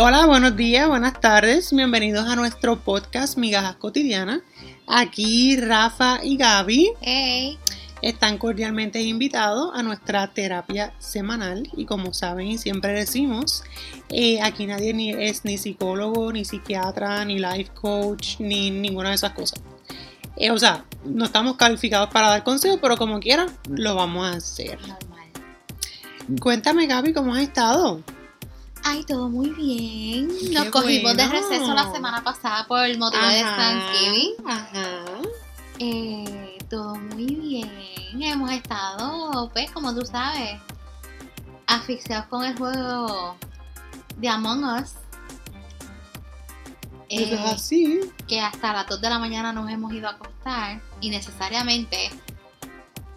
Hola, buenos días, buenas tardes. Bienvenidos a nuestro podcast Migajas Cotidianas. Aquí Rafa y Gaby Hey, están cordialmente invitados a nuestra terapia semanal. Y como saben y siempre decimos, eh, aquí nadie ni es ni psicólogo, ni psiquiatra, ni life coach, ni ninguna de esas cosas. Eh, o sea, no estamos calificados para dar consejos, pero como quiera, lo vamos a hacer. normal. Cuéntame, Gaby, ¿cómo has estado? Ay, todo muy bien. Nos Qué cogimos de bueno. receso la semana pasada por el motivo de Ajá. Thanksgiving. Ajá. Eh, todo muy bien. Hemos estado, pues, como tú sabes, asfixiados con el juego de Among Us. Eso es Eh, así. que hasta las 2 de la mañana nos hemos ido a acostar, innecesariamente.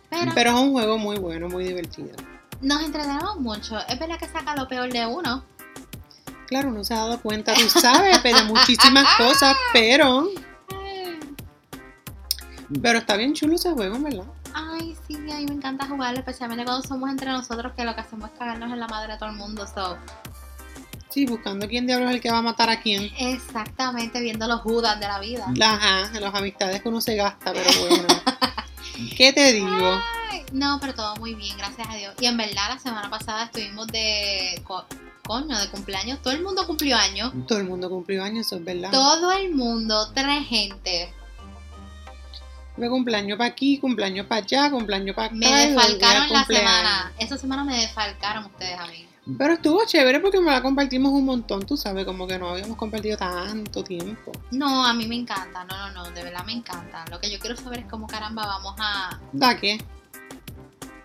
Pero, Pero es un juego muy bueno, muy divertido. nos entretenemos mucho. Es verdad que saca lo peor de uno. Claro, no se ha dado cuenta, tú sabes, pero de muchísimas cosas, pero, pero está bien chulo ese juego, en ¿verdad? Ay, sí, a mí me encanta jugarlo, especialmente cuando somos entre nosotros, que lo que hacemos es cagarnos en la madre a todo el mundo. So, Sí, buscando quién diablos es el que va a matar a quién. exactamente, viendo los judas de la Mm. vida. Ajá, las amistades que uno se gasta, pero bueno. ¿Qué te digo? Ay, no, pero todo muy bien, gracias a Dios. Y en verdad, la semana pasada estuvimos de. co- coño, de cumpleaños. Todo el mundo cumplió años. Todo el mundo cumplió años, eso es verdad. Todo el mundo, tres gente. Fue cumpleaños para aquí, cumpleaños para allá, cumpleaños para acá. Me y los días desfalcaron la cumpleaños. semana. Esa semana me desfalcaron ustedes a mí. Pero estuvo chévere porque me la compartimos un montón, tú sabes, como que no habíamos compartido tanto tiempo. No, a mí me encanta, no, no, no, de verdad me encanta. Lo que yo quiero saber es cómo caramba vamos a, ¿Da qué?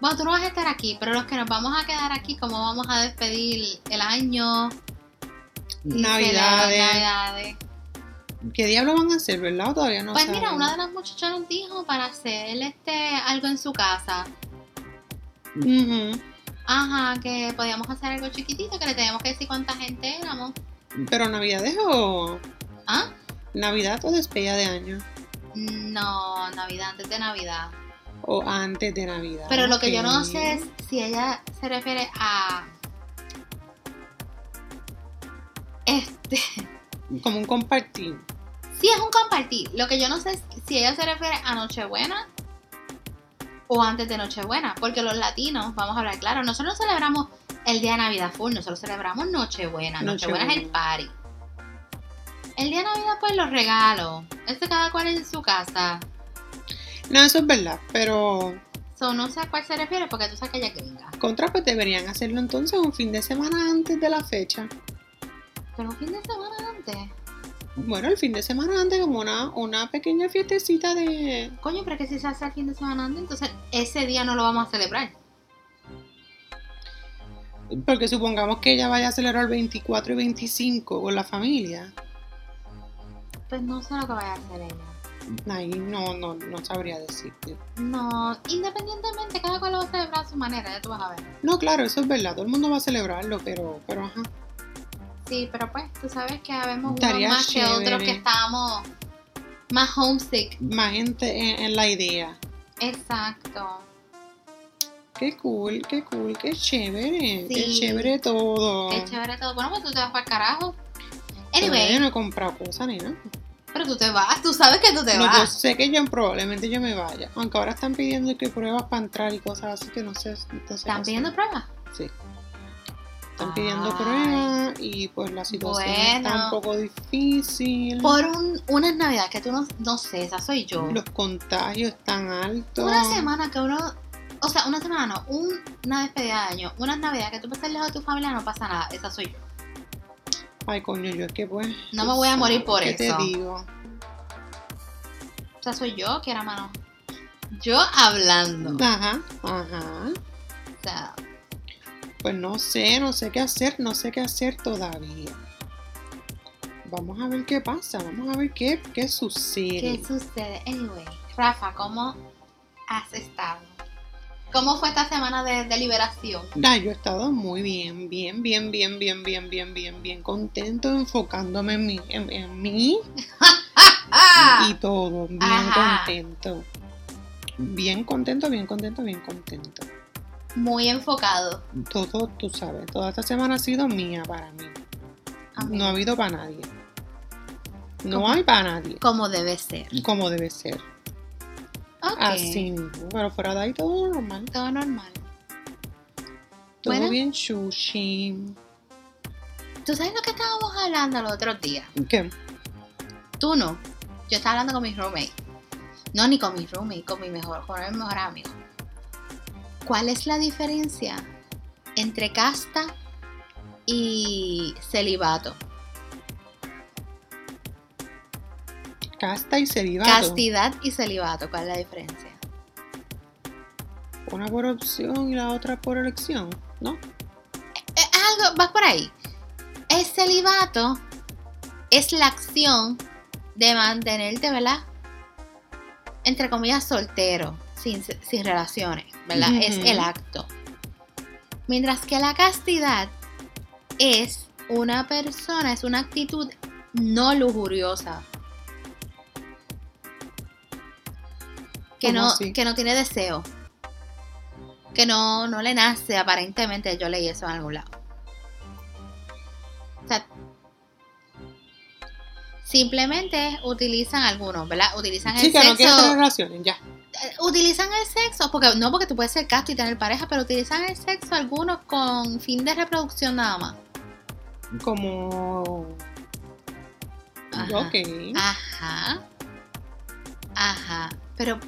Bueno, tú no vas a estar aquí, pero los que nos vamos a quedar aquí, ¿cómo vamos a despedir el año? y Navidades. celebrar Navidades. ¿Qué diablo van a hacer, verdad? ¿O todavía no Pues saben? mira, una de las muchachas nos dijo para hacer este algo en su casa. Ujú. Ajá, que podíamos hacer algo chiquitito, que le teníamos que decir cuánta gente éramos. Pero Navidades o ¿Ah? Navidad o despedida de año No, Navidad, antes de Navidad. o antes de Navidad. Pero lo que yo no ok. sé es si ella se refiere a... Este... como un compartir. Sí, es un compartir. Lo que yo no sé es si ella se refiere a Nochebuena o antes de Nochebuena, porque los latinos, vamos a hablar claro, nosotros no celebramos el día de Navidad full, nosotros celebramos Nochebuena. Nochebuena, es el Nochebuena. party. El día de Navidad, pues los regalos. Esto cada cual es en su casa. No, eso es verdad, pero So, no sé a cuál se refiere porque tú sabes que ella es gringa. contra pues deberían hacerlo entonces un fin de semana antes de la fecha. Pero un fin de semana antes. Bueno, el fin de semana antes como una, una pequeña fiestecita de... Coño, pero es que si se hace el fin de semana antes, entonces ese día no lo vamos a celebrar. Porque supongamos que ella vaya a celebrar 24 y 25 con la familia. Pues no sé lo que vaya a hacer ella. Ahí no, no, no sabría decirte. No, independientemente, cada cual lo va a celebrar a su manera, ya tú vas a ver. No, claro, eso es verdad, todo el mundo va a celebrarlo, pero, pero ajá. Sí, pero pues tú sabes que habemos Estaría unos más que chévere. otros que estábamos más homesick. más gente en, en la idea. Exacto. Qué cool, qué cool, qué chévere, Sí. qué chévere todo. Qué chévere todo. Bueno, pues tú te vas para el carajo. Anyway, Yo no he comprado cosas, nena. pero tú te vas, tú sabes que tú te No, yo vas. sé que yo probablemente yo me vaya. Aunque ahora están pidiendo que pruebas para entrar y cosas así que no sé. no sé ¿Están no sé. pidiendo pruebas? Sí. Están pidiendo Ay. pruebas y pues la situación está Bueno. un poco difícil. Por un, unas navidades que tú no, no sé, esa soy yo. Los contagios están altos. Una semana que uno, o sea, una semana no, un- una despedida de año, unas navidades que tú pasas lejos de tu familia, no pasa nada, esa soy yo. Ay, coño, yo es que pues. No me voy a morir por ¿Qué eso. te digo? O sea, soy yo que era mano. Yo hablando. Ajá, ajá. O sea, Pues no sé, no sé qué hacer, no sé qué hacer todavía. Vamos a ver qué pasa, vamos a ver qué, qué sucede. ¿qué sucede? Anyway, Rafa, ¿cómo has estado? ¿Cómo fue esta semana de, de liberación? Nah, yo he estado muy bien, bien, bien, bien, bien, bien, bien, bien, bien contento enfocándome en mí, en, en mí ¡Ah! y todo, bien Ajá. contento. Bien contento, bien contento, bien contento. muy enfocado. Todo, tú sabes, toda esta semana ha sido mía para mí. Amén. No ha habido para nadie. No ¿Cómo? hay para nadie. Como debe ser. Como debe ser. Ok. Así mismo. Pero fuera de ahí todo normal. Todo normal. Todo Bueno. bien, sushi. ¿Tú sabes lo que estábamos hablando los otros días? ¿Qué? Tú no. Yo estaba hablando con mi roommate. No, ni con mi roommate, con mi mejor, con mi mejor amigo. ¿Cuál es la diferencia entre casta y celibato? Casta y celibato. Castidad y celibato, ¿cuál es la diferencia? Una por opción y la otra por elección, ¿no? Es algo, vas por ahí. El celibato es la acción de mantenerte, ¿verdad? Entre comillas, soltero, sin, sin relaciones, ¿verdad? Es Ujú. el acto. Mientras que la castidad es una persona, es una actitud no lujuriosa. Que ¿Cómo no, así? que no tiene deseo. Que no, no le nace, aparentemente. Yo leí eso en algún lado. O sea, simplemente utilizan algunos, ¿verdad? Utilizan Sí, el que no quiere tener sexo. relaciones, ya. eh, Utilizan el sexo, porque no porque tú puedes ser casto y tener pareja, pero utilizan el sexo algunos con fin de reproducción nada más. Como. Ajá. Ok. Ajá. Ajá. Pero.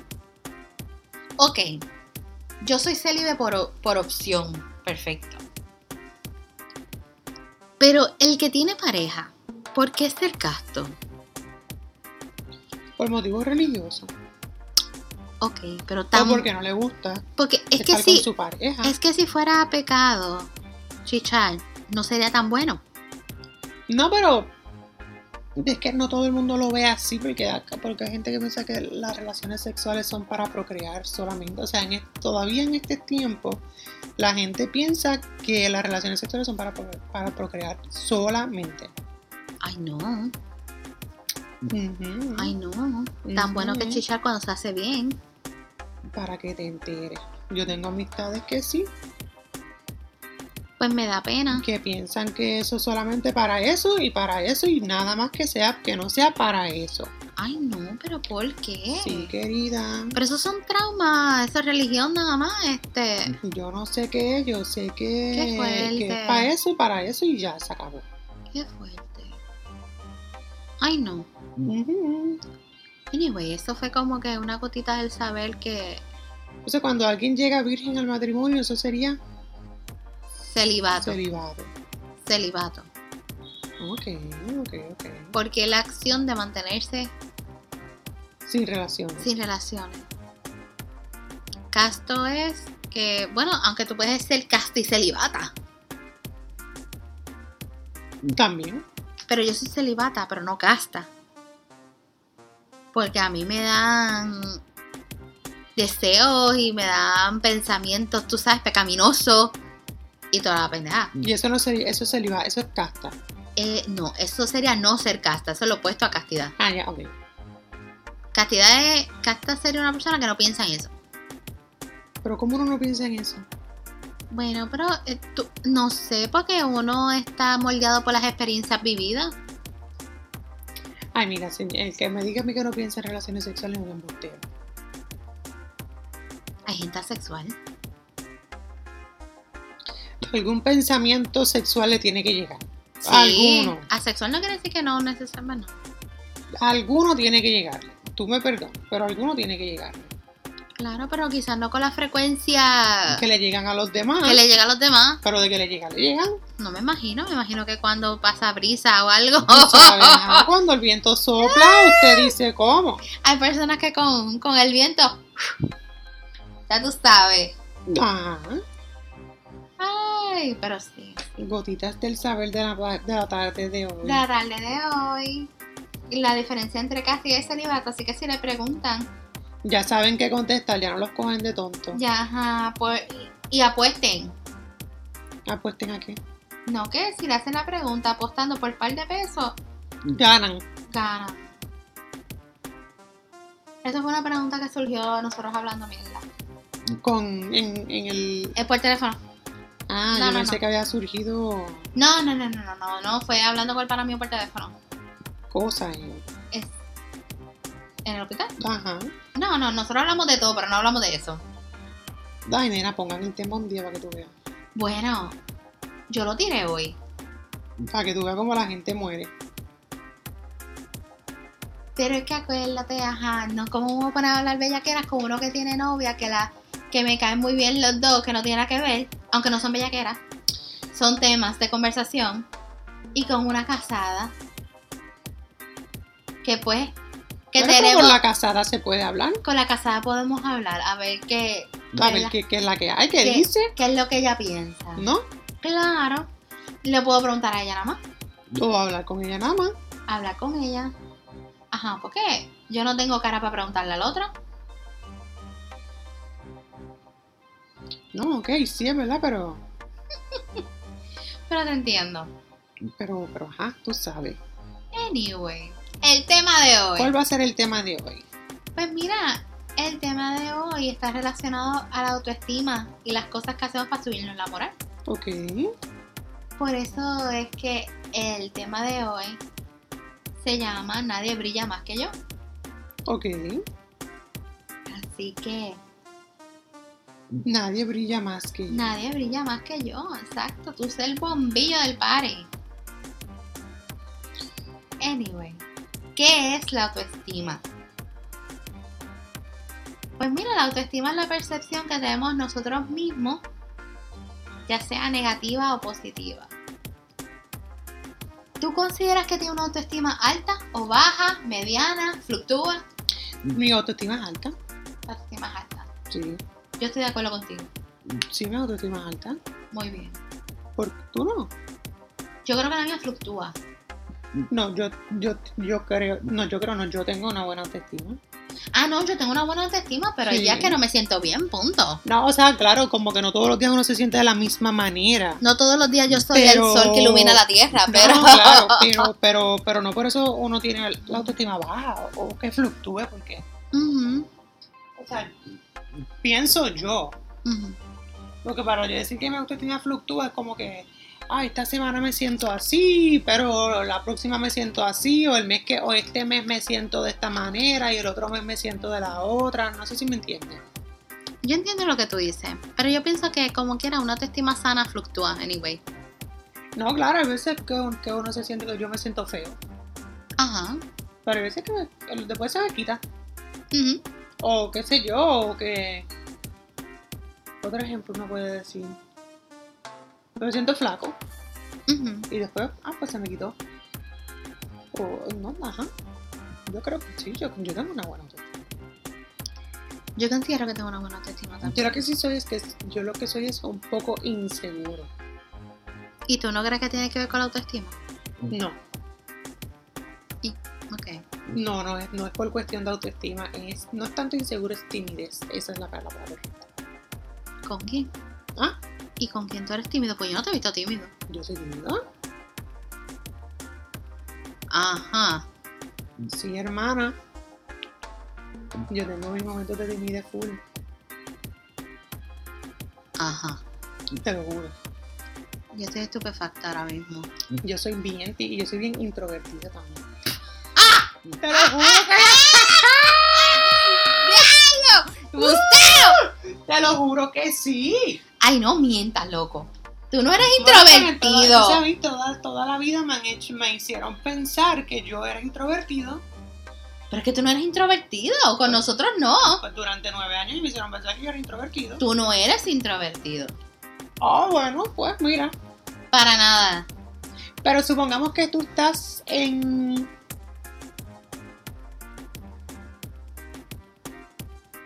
Ok. Yo soy célibe por, o- por opción. Perfecto. Pero el que tiene pareja, ¿por qué ser casto? Por motivos religiosos. Ok, pero O tan. porque no le gusta porque es que estar si. con su pareja. Es que si fuera pecado, chichar, no sería tan bueno. No, pero. Es que no todo el mundo lo ve así porque, acá- porque hay gente que piensa que las relaciones sexuales son para procrear solamente. O sea, en es- todavía en este tiempo la gente piensa que las relaciones sexuales son para, pro- para procrear solamente. Ay, no. Ujú. Ay, no. Tan bueno que Ujú. chichar cuando se hace bien. Para que te enteres. Yo tengo amistades que sí, Pues me da pena. que piensan que eso es solamente para eso y para eso y nada más que sea que no sea para eso. Ay, no, pero ¿por qué? Sí, querida. Pero esos son traumas, eso es religión nada más, este. Yo no sé qué, yo sé que, Qué fuerte. que es para eso, para eso y ya se acabó. Qué fuerte. Ay, no. Ujú. Anyway, eso fue como que una gotita del saber que Entonces cuando alguien llega virgen al matrimonio, eso sería celibato, derivado. celibato. Ok, ok, ok. Porque la acción de mantenerse Sin relación. sin relaciones. Casto es que, bueno, aunque tú puedes ser casta y celibata, También. pero yo soy celibata, pero no casta. Porque a mí me dan deseos y me dan pensamientos, tú sabes, pecaminosos y toda la pendeja. Y eso no sería, eso es celibato, eso es casta. Eh, no, eso sería no ser casta, eso es lo opuesto a castidad. Ah, ya, ok. Castidad es, casta sería una persona que no piensa en eso. Pero ¿cómo uno no piensa en eso? Bueno, pero eh, tú- no sé, porque uno está moldeado por las experiencias vividas. Ay, mira, si- el que me diga a mí que no piensa en relaciones sexuales es un embustero. Hay gente asexual. Algún pensamiento sexual le tiene que llegar. Sí, Alguno. Asexual no quiere decir que no necesariamente. no. Alguno tiene que llegar. Tú me perdonas, pero alguno tiene que llegar. Claro, pero quizás no con la frecuencia Que le llegan a los demás, que le llega a los demás. pero de que le llegan, le llegan. No me imagino, me imagino que cuando pasa brisa o algo. Tú sabes, ajá, cuando el viento sopla, usted dice cómo. Hay personas que con, con el viento. Ya tú sabes. Ajá. Ay, pero sí. Gotitas del saber de la, de la tarde de hoy. La tarde de hoy. Y la diferencia entre castidad y celibato. Así que si le preguntan, Ya saben qué contestar, ya no los cogen de tonto. ya, ajá, por- y apuesten. Apuesten aquí. No, que si le hacen la pregunta apostando por par de pesos, Ganan. ganan. Esa fue una pregunta que surgió nosotros hablando mierda. Con, en, en el... Es por teléfono. Ah, No, yo no, pensé no. que había surgido No, no, no, no, no, no, no. Fue hablando con el pana mío por teléfono. cosas. en- ¿En el hospital? Ajá. No, no, nosotros hablamos de todo, pero no hablamos de eso. Ay, nena, pongan el tema un día para que tú veas. Bueno, yo lo tiré hoy. Para que tú veas cómo la gente muere. Pero es que acuérdate, ajá, no como uno para hablar bellaqueras con uno que tiene novia, que la que me caen muy bien los dos, que no tiene nada que ver, aunque no son bellaqueras, son temas de conversación, y con una casada, que pues, que Pero tenemos, con la casada se puede hablar. con la casada podemos hablar, a ver qué, A ¿Verdad? ver qué, qué es la que hay, qué ¿Qué? dice, qué es lo que ella piensa. ¿no? Claro, le puedo preguntar a ella nada más. O hablar con ella nada más. hablar con ella. Ajá, ¿por qué? Yo no tengo cara para preguntarle al otro. No, ok, sí, es verdad, pero, Pero te entiendo. pero, pero, ajá, tú sabes. Anyway, el tema de hoy. ¿Cuál va a ser el tema de hoy? Pues mira, el tema de hoy está relacionado a la autoestima y las cosas que hacemos para subirnos la moral. Ok, Por eso es que el tema de hoy se llama Nadie brilla más que yo. ok. Así que Nadie brilla más que yo. nadie brilla más que yo. Exacto, tú eres el bombillo del party. Anyway, ¿qué es la autoestima? Pues mira, la autoestima es la percepción que tenemos nosotros mismos, ya sea negativa o positiva. ¿Tú consideras que tiene una autoestima alta o baja, mediana, fluctúa? Mi autoestima es alta. La autoestima es alta. Sí, Yo estoy de acuerdo contigo. sí, mi autoestima es alta. Muy bien. ¿Por tú no? Yo creo que la mía fluctúa. No, yo, yo, yo creo, no, yo creo no, yo tengo una buena autoestima. Ah, no, yo tengo una buena autoestima, pero Sí. hay días que no me siento bien, punto. No, o sea, claro, como que no todos los días uno se siente de la misma manera. No todos los días yo soy Pero- el sol que ilumina la tierra, No, pero. claro, Ah, pero, pero, pero no por eso uno tiene la autoestima baja o que fluctúe, porque, Ujú, o sea, pienso yo, ujú. porque para yo decir que mi autoestima fluctúa es como que, ay, esta semana me siento así, pero la próxima me siento así, o el mes que, o este mes me siento de esta manera y el otro mes me siento de la otra, no sé si me entiendes. Yo entiendo lo que tú dices, pero yo pienso que como quiera, una autoestima sana fluctúa, anyway. No, claro, a veces que, que uno se siente que yo me siento feo, Ajá. pero a veces que me- después se me quita. ujú. o qué sé yo, o que otro ejemplo no puede decir. Me siento flaco Ujú. y después, ah, pues se me quitó. O no, ajá. Yo creo que sí, yo, yo tengo una buena autoestima. Yo considero que tengo una buena autoestima también. Yo lo que sí soy es que yo lo que soy es un poco inseguro. ¿Y tú no crees que tiene que ver con la autoestima? No, Ok. no, no es, no es por cuestión de autoestima, es, no es tanto inseguro, es timidez. Esa es la palabra. ¿Con quién? Ah. ¿Y con quién tú eres tímido? Pues yo no te he visto tímido. Yo soy tímida. Ajá. Sí, hermana. Yo tengo mis momentos de timidez full, Ajá. te lo juro. Yo estoy estupefacta ahora mismo. Yo soy bien ti- y yo soy bien introvertida también. Te lo ¡Ah! juro ah, que, te lo juro que sí. Ay, no mientas, loco. Tú no eres Bueno, toda- tú introvertido. sabes, toda, toda la vida me han hecho, me hicieron pensar que yo era introvertido. Pero es que tú no eres introvertido. Con nosotros no. Pues durante nueve años me hicieron pensar que yo era introvertido. Tú no eres introvertido. Ah, bueno, pues mira. Para nada. Pero supongamos que tú estás en.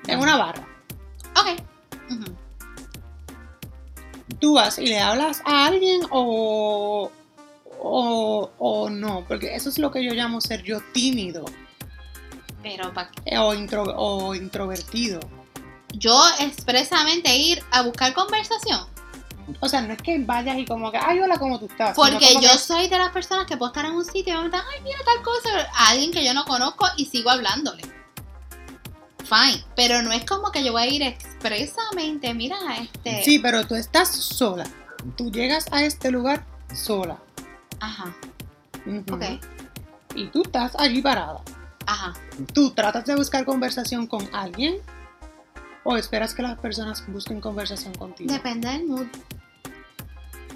En una barra. Ok. Ujú. tú vas y le hablas a alguien o, o, o no, porque eso es lo que yo llamo ser yo tímido Pero pa' qué? eh, o, intro, o introvertido. yo expresamente ir a buscar conversación. O sea, no es que vayas y como que, ay, hola, ¿cómo tú estás? sino Porque como yo que- soy de las personas que puedo estar en un sitio y me preguntan, ay, mira tal cosa, a alguien que yo no conozco y sigo hablándole. Fine. Pero no es como que yo voy a ir ex- precisamente, mira, este. Sí, pero tú estás sola. Tú llegas a este lugar sola. Ajá, Ujú. ok, Y tú estás allí parada. ajá. ¿Tú tratas de buscar conversación con alguien? ¿O esperas que las personas busquen conversación contigo? Depende del mood.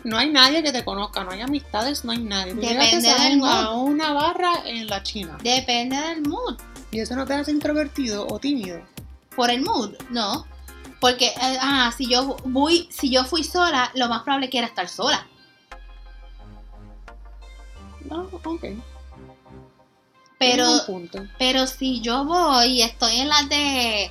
no hay nadie que te conozca, no hay amistades, no hay nadie. Tú Depende llegaste a, del un- a mood. una barra en la China. Depende del mood. ¿Y eso no te hace introvertido o tímido? Por el mood, no. Porque, eh, ah, si yo voy, si yo fui sola, lo más probable que era estar sola. No, ok. Pero, Tienes un punto. pero si yo voy y estoy en las de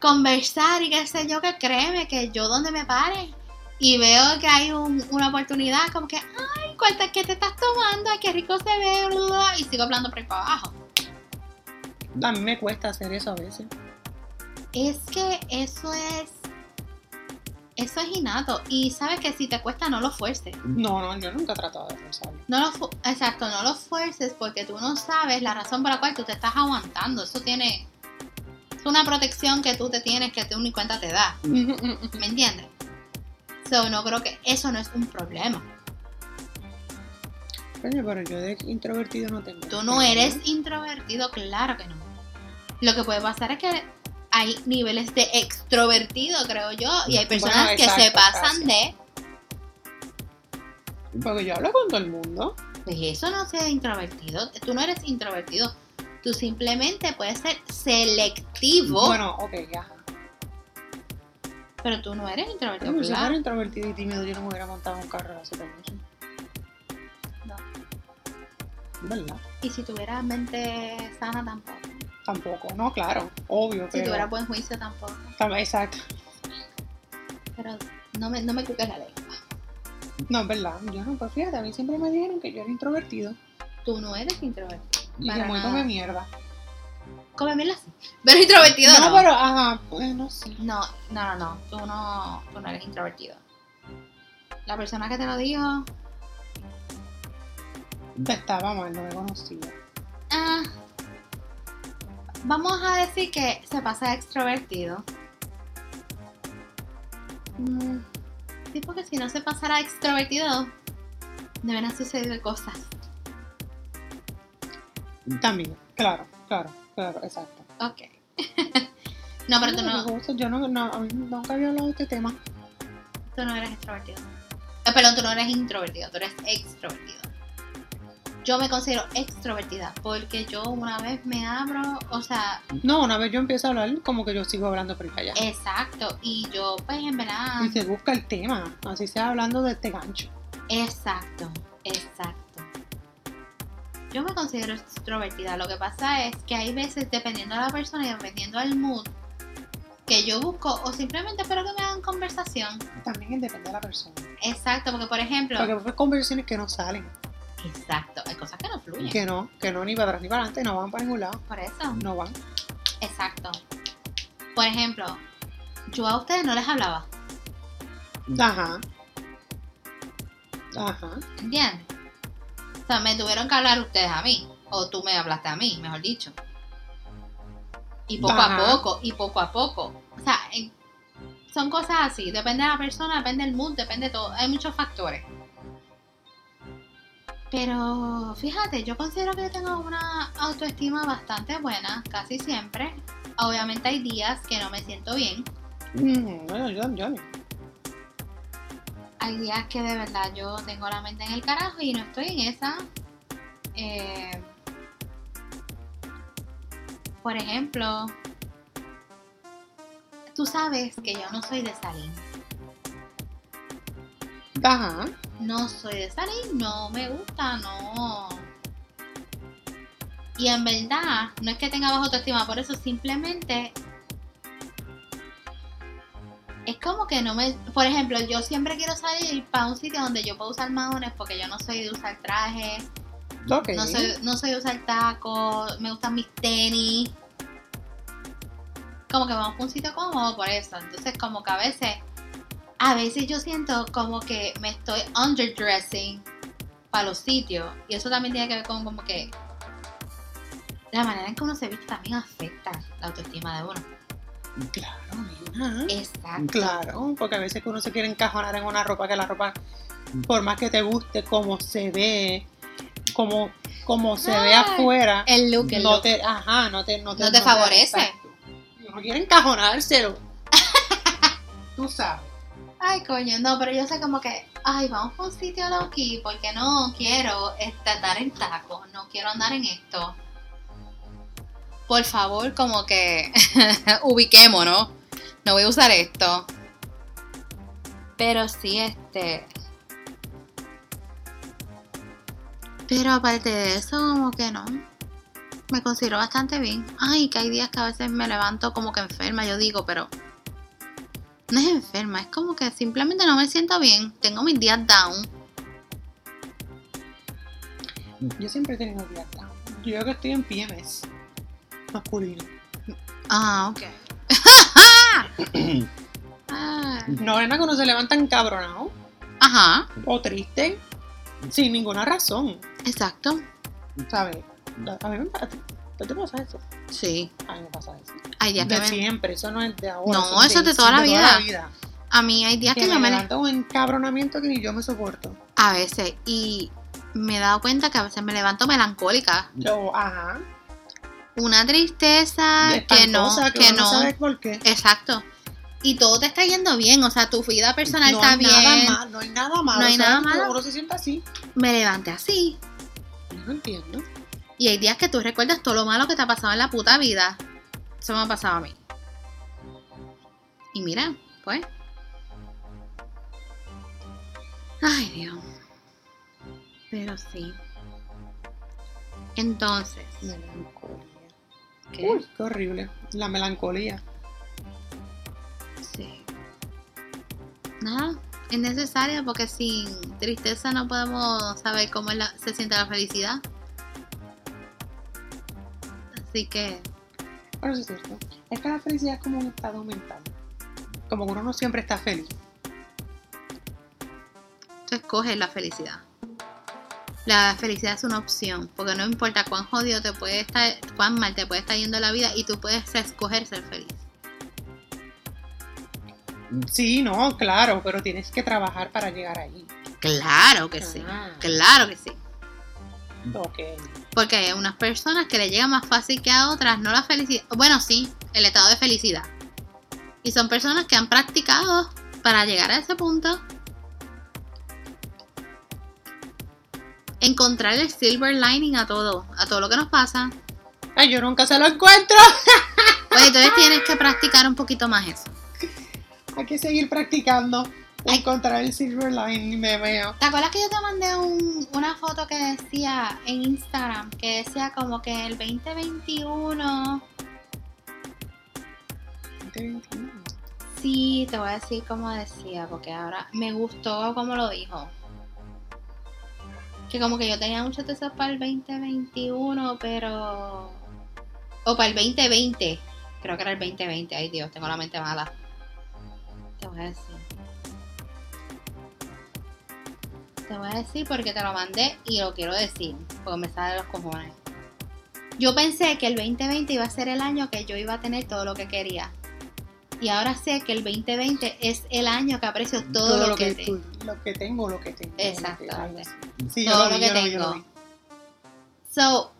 conversar y qué sé yo, que créeme que yo donde me pare y veo que hay un- una oportunidad, como que, ay, ¿cuál te, ¿qué te estás tomando? Ay, qué rico se ve, bla, bla, bla, y sigo hablando por ahí para abajo. A mí me cuesta hacer eso a veces. Es que eso es. Eso es innato. Y sabes que si te cuesta, no lo fuerces. No, no, yo nunca he tratado de pensarlo. No lo fu- Exacto, no lo fuerces porque tú no sabes la razón por la cual tú te estás aguantando. Eso tiene. Es una protección que tú te tienes que tú ni cuenta te da. Ujú, ujú, ujú. ¿Me entiendes? So, no creo que eso no es un problema. Coño, pero yo de introvertido no tengo. Tú no eres introvertido, claro que no. Lo que puede pasar es que hay niveles de extrovertido, creo yo, y hay personas Bueno, que se exacto, pasan gracias. de. Porque yo hablo con todo el mundo. Pues eso no sea introvertido. Tú no eres introvertido. Tú simplemente puedes ser selectivo, Bueno, ok, ya. pero tú no eres introvertido. Pero Si fuera Claro. introvertido y tímido, yo no me hubiera montado un carro hace mucho. No. ¿Verdad? Y si tuvieras mente sana tampoco. Tampoco, no, claro, obvio, Si tuvieras pero. buen juicio tampoco. Tal- Exacto. Pero no me, no me cuques la lengua. No, es verdad. Yo no, pues fíjate, a mí siempre me dijeron que yo era introvertido. Tú no eres introvertido. Y Para que muy nada. come mierda. Cómemela así. Pero introvertido no. no, pero, ajá, pues no sé. No, no, no, no. Tú no, tú no eres introvertido. La persona que te lo dijo, Estaba mal, no me conocía. ah, vamos a decir que se pasa de extrovertido. Mm, sí, porque si no se pasara de extrovertido, deberán suceder cosas. También, claro, claro, claro, exacto. Ok. no, pero tú no, me gusta, Yo no, no, a mí nunca había hablado de este tema. tú no eres extrovertido. Eh, perdón, tú no eres introvertido, tú eres extrovertido. Yo me considero extrovertida porque yo una vez me abro, o sea, No, una vez yo empiezo a hablar, como que yo sigo hablando por allá. Eh, exacto, y yo pues en verdad... Y se busca el tema, así sea hablando de este gancho. Exacto, exacto. Yo me considero extrovertida. Lo que pasa es que hay veces, dependiendo de la persona y dependiendo del mood, que yo busco o simplemente espero que me hagan conversación. También depende de la persona. Exacto, porque por ejemplo, Porque hay conversaciones que no salen, exacto, hay cosas que no fluyen. que no, que no ni para atrás ni para adelante, no van para ningún lado, Por eso, no van. exacto. Por ejemplo, yo a ustedes no les hablaba, Ajá. Ajá. ¿entiendes? O sea, me tuvieron que hablar ustedes a mí, o tú me hablaste a mí, mejor dicho. Y poco Ajá. a poco, y poco a poco. O sea, en- son cosas así, depende de la persona, depende del mood, depende de todo, hay muchos factores. Pero fíjate, yo considero que yo tengo una autoestima bastante buena, casi siempre. Obviamente hay días que no me siento bien, Mm, Bueno, yo, yo, no. hay días que de verdad yo tengo la mente en el carajo y no estoy en esa. Eh, por ejemplo, tú sabes que yo no soy de salir. Ajá. No soy de salir, no me gusta, no. Y en verdad, no es que tenga baja autoestima, por eso simplemente es como que no me. Por ejemplo, yo siempre quiero salir para un sitio donde yo puedo usar maones porque yo no soy de usar traje, Ok. no soy, no soy de usar tacos, me gustan mis tenis. Como que vamos a un sitio cómodo por eso. Entonces, como que a veces, a veces yo siento como que me estoy underdressing para los sitios. Y eso también tiene que ver con como que la manera en que uno se viste también afecta la autoestima de uno. Claro, nena. Exacto. Claro, porque a veces que uno se quiere encajonar en una ropa que la ropa, por más que te guste, como se ve, como, como se ve Ay, afuera, El look, el no look. te, ajá, no te, no te, No te favorece. exacto. Uno quiere encajonárselo. Tú sabes. Ay, coño, no, pero yo sé como que, ay, vamos a un sitio low key porque no quiero este, andar en taco, no quiero andar en esto. Por favor, como que ubiquémonos, no voy a usar esto. Pero sí, este. Pero aparte de eso, como que no. Me considero bastante bien. Ay, que hay días que a veces me levanto como que enferma, yo digo, pero no es enferma, es como que simplemente no me siento bien. Tengo mis días down. Yo siempre he tenido días down. Yo creo que estoy en PMS masculino. Ah, ok. Ah, No, nena, que uno se levanta encabronado ajá, o triste sin ninguna razón, exacto. ¿sabes? A mí me pasa, ¿a ti te pasa eso? Sí. A mí me pasa eso. Hay días que De me, siempre, eso no es de ahora. No, eso es de toda la vida. a mí hay días Que que me yo me le- levanto un encabronamiento que ni yo me soporto. a veces y me he dado cuenta que a veces me levanto melancólica, Yo, ajá. una tristeza que no, espantosa, que, uno no. sabe por qué. Exacto. Y todo te está yendo bien, o sea, tu vida personal no está hay bien. Nada mal, no hay nada malo. No hay nada solamente malo. Uno se siente así. Me levanté así, Yo no entiendo. Y hay días que tú recuerdas todo lo malo que te ha pasado en la puta vida. Eso me ha pasado a mí. Y mira, pues. Ay, Dios. Pero sí. Entonces. Melancolía. ¿qué? Uy, qué horrible. La melancolía. Sí. Nada. Es necesaria porque sin tristeza no podemos saber cómo es la- se siente la felicidad. Así que. Bueno, sí es cierto. Es que la felicidad es como un estado mental. Como que uno no siempre está feliz. Tú escoges la felicidad. La felicidad es una opción, porque no importa cuán jodido te puede estar, cuán mal te puede estar yendo la vida y tú puedes escoger ser feliz. Sí, no, claro, pero tienes que trabajar para llegar ahí. Claro que sí, Ah, claro que sí. Ok. Porque hay unas personas que le llega más fácil que a otras, no la felicidad, bueno sí, el estado de felicidad. Y son personas que han practicado para llegar a ese punto. Encontrar el silver lining a todo, a todo lo que nos pasa. Ay, yo nunca se lo encuentro. Pues entonces tienes que practicar un poquito más eso. Hay que seguir practicando. Encontrar el silver line, me veo. ¿Te acuerdas que yo te mandé un- una foto que decía en Instagram, que decía como que el 2021, sí, te voy a decir cómo decía, porque ahora me gustó cómo lo dijo. Que como que yo tenía muchos deseos para el 2021, pero... O para el 2020, creo que era el 2020, ay Dios, tengo la mente mala. Te voy a decir. Te voy a decir porque te lo mandé y lo quiero decir, porque me sale de los cojones. Yo pensé que el 2020 iba a ser el año que yo iba a tener todo lo que quería. Y ahora sé que el 2020 es el año que aprecio todo, lo, que, te- tú- lo que tengo, lo que tengo. lo que- Exactamente. ay, Sí, Todo yo lo, lo vi, que yo lo vi, yo lo tengo. So,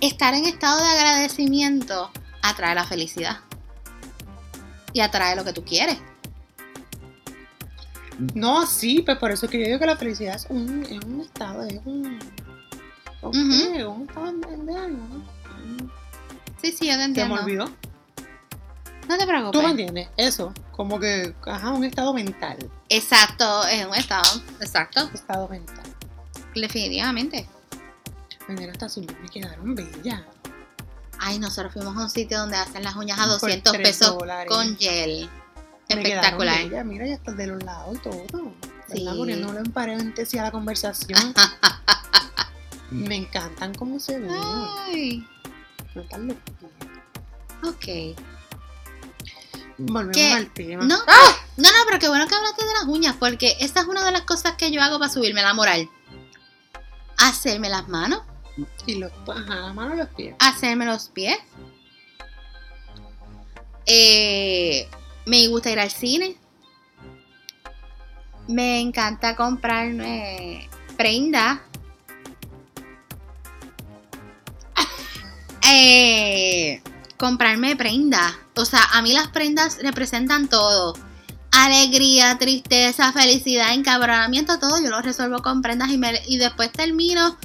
estar en estado de agradecimiento atrae la felicidad. Y atrae lo que tú quieres. vi. No, sí, pues por eso es que yo digo que la felicidad es un, es un estado, es un. ¿o qué? Ujú. Un estado de, de algo, ¿no? Sí, sí, yo te Se me entiendo. olvidó. No te Tú me preocupes. entiendes, eso, como que, ajá, un estado mental, Exacto, es un estado. Exacto, estado mental. definitivamente. Mañana hasta sus me quedaron bellas. Ay, nosotros fuimos a un sitio donde hacen las uñas a Por 200 tres pesos dólares. con Me gel. quedaron Espectacular. ¿eh? bellas, Mira, ya hasta de los lados y todo. Sí. Sí. Poniéndolo en paréntesis a la conversación. me encantan cómo se ven. Ah. Me Ay, encantan los pies. ok. Volvemos ¿Qué? al tema. No, pues, no, no, pero qué bueno que hablaste de las uñas, porque esa es una de las cosas que yo hago para subirme la moral. Hacerme las manos, Y los, ajá, la mano y los pies. hacerme los pies. Eh, me gusta ir al cine. Me encanta comprarme prenda. Eh, comprarme prenda. O sea, a mí las prendas representan todo. Alegría, tristeza, felicidad, encabronamiento, todo yo lo resuelvo con prendas y, me- y después termino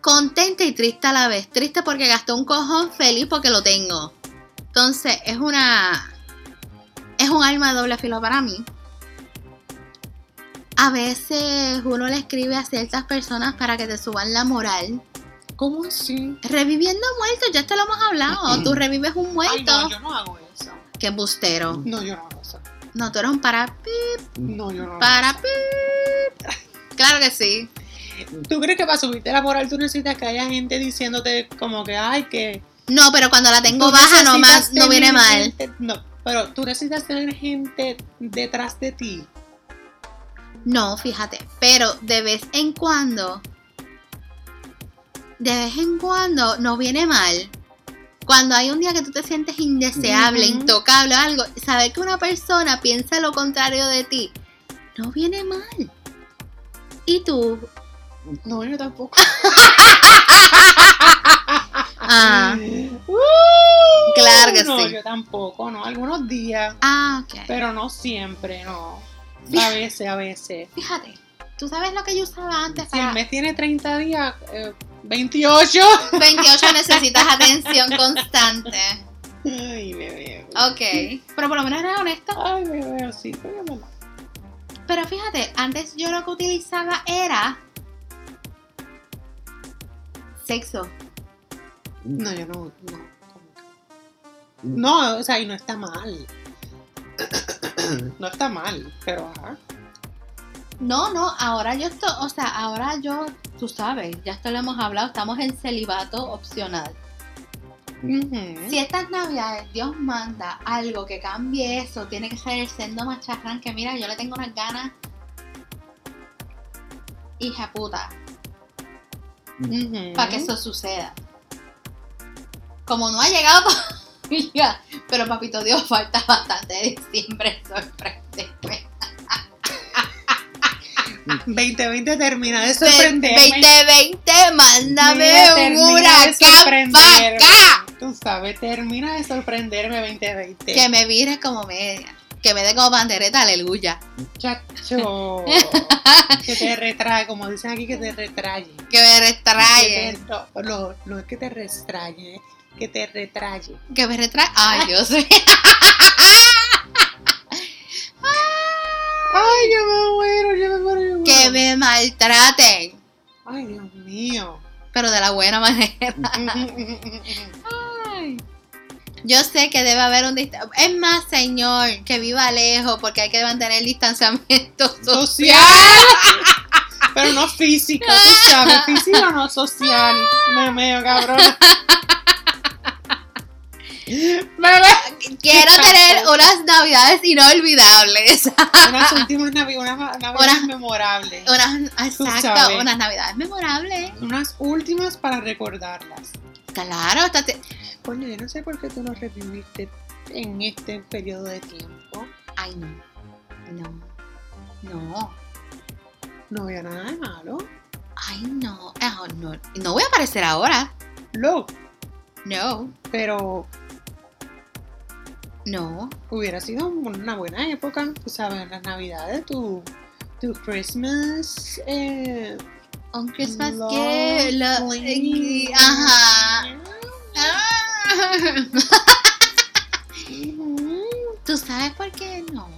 contenta y triste a la vez. Triste porque gasté un cojón, feliz porque lo tengo. Entonces, es una. Es un alma de doble filo para mí. A veces uno le escribe a ciertas personas para que te suban la moral. ¿Cómo así? Reviviendo muertos, ya te lo hemos hablado. Tú revives un Ay, muerto. no, yo no hago eso. Qué embustero. No, yo no hago eso. No, tú eres un para. No, yo no hago para Claro que sí. eso. ¿Tú crees que para subirte la moral tú necesitas que haya gente diciéndote como que, ay, que... No, pero cuando la tengo Tú baja necesitas nomás no tener viene mal. gente- no, pero tú necesitas tener gente detrás de ti. No, fíjate, pero de vez en cuando, de vez en cuando no viene mal. Cuando hay un día que tú te sientes indeseable, Ujú. intocable o algo, saber que una persona piensa lo contrario de ti, no viene mal. Y tú, No, yo tampoco. ah, Uh, Claro que no, sí. yo tampoco, no. Algunos días, ah, ok. pero no siempre, no. A Fija- veces, a veces. Fíjate, tú sabes lo que yo usaba antes Si el para mes tiene 30 días, eh, 28. 28 necesitas atención constante. Ay, me veo. Ok, pero por lo menos era honesto. Ay, me veo, sí, pero me la- Pero fíjate, antes yo lo que utilizaba era sexo. No, yo no, no. como que- No, o sea, y no está mal. No está mal, pero ajá. No, no, ahora yo estoy, o sea, ahora yo, tú sabes, ya esto lo hemos hablado, estamos en celibato opcional. Ujú. Si estas navidades Dios manda algo que cambie eso, tiene que ser el sendo macharrán, que mira, yo le tengo unas ganas. Hija puta, Ujú. para que eso suceda. Como no ha llegado todavía, pero papito Dios, falta bastante de diciembre, sorprendeme. 2020 termina de sorprenderme. 2020, mándame Mira, un termina de huracán para sorprenderme. acá. Tú sabes, termina de sorprenderme 2020. Que me vire como media. Que me dé como bandereta, aleluya. Chacho. que te retrae, como dicen aquí, que te retrae. Que me retrae. Que te- no, no, no es que te restraye, que te retraye. Que me retrae. Ah, Ay, Dios mío. Ay, yo me muero, yo me muero, yo me Que me maltraten. Ay, Dios mío. Pero de la buena manera. Ay. Yo sé que debe haber un distanciamiento. Es más, señor, que viva lejos porque hay que mantener el distanciamiento social. social. Pero no físico, tú sabes, físico no social. Me meo, cabrón. Me meo. Quiero tener unas navidades inolvidables. Unas últimas navi- unas ma- navidades Unas- memorables. Unas, Tú exacto, sabes. unas navidades memorables. Unas últimas para recordarlas. Claro, hasta te- Coño, yo no sé por qué tú no reviviste en este periodo de tiempo. Ay, no. No. No. No había nada de malo. Ay, no. Ah, no. No voy a aparecer ahora. Lo, No. pero No. hubiera sido una buena época. Tú sabes, las navidades, tu, tu Christmas. Eh, Un Christmas Love, gift. lo- please. Ajá. Ah. Ujú. ¿Tú sabes por qué no?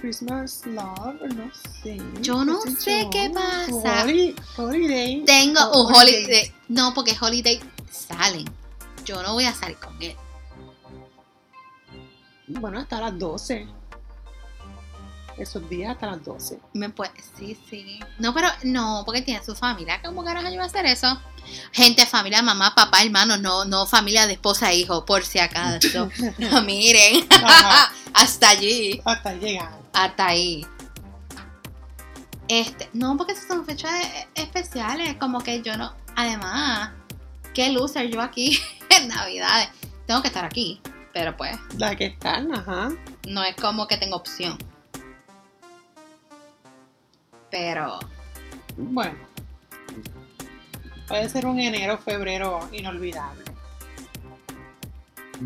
Christmas love, no sé. Yo no sé sé yo. qué pasa. Holi- Holiday. Tengo Oh, un holiday. No, porque holiday salen. Yo no voy a salir con él. Bueno, hasta las 12. Esos días hasta las 12. Me puede, sí, sí. No, pero no, porque tiene su familia. ¿Cómo carajo yo voy a hacer eso? Gente, familia, mamá, papá, hermano, no, no, familia de esposa e hijo, por si acaso. No, miren. Ajá, Hasta allí. hasta llegar. Hasta ahí. Este, no, porque esas son fechas e- especiales. Como que yo no. Además, qué loser yo aquí en Navidades. Tengo que estar aquí. Pero pues, La que están, ajá. no es como que tengo opción. Pero, Bueno. Puede ser un enero, febrero inolvidable.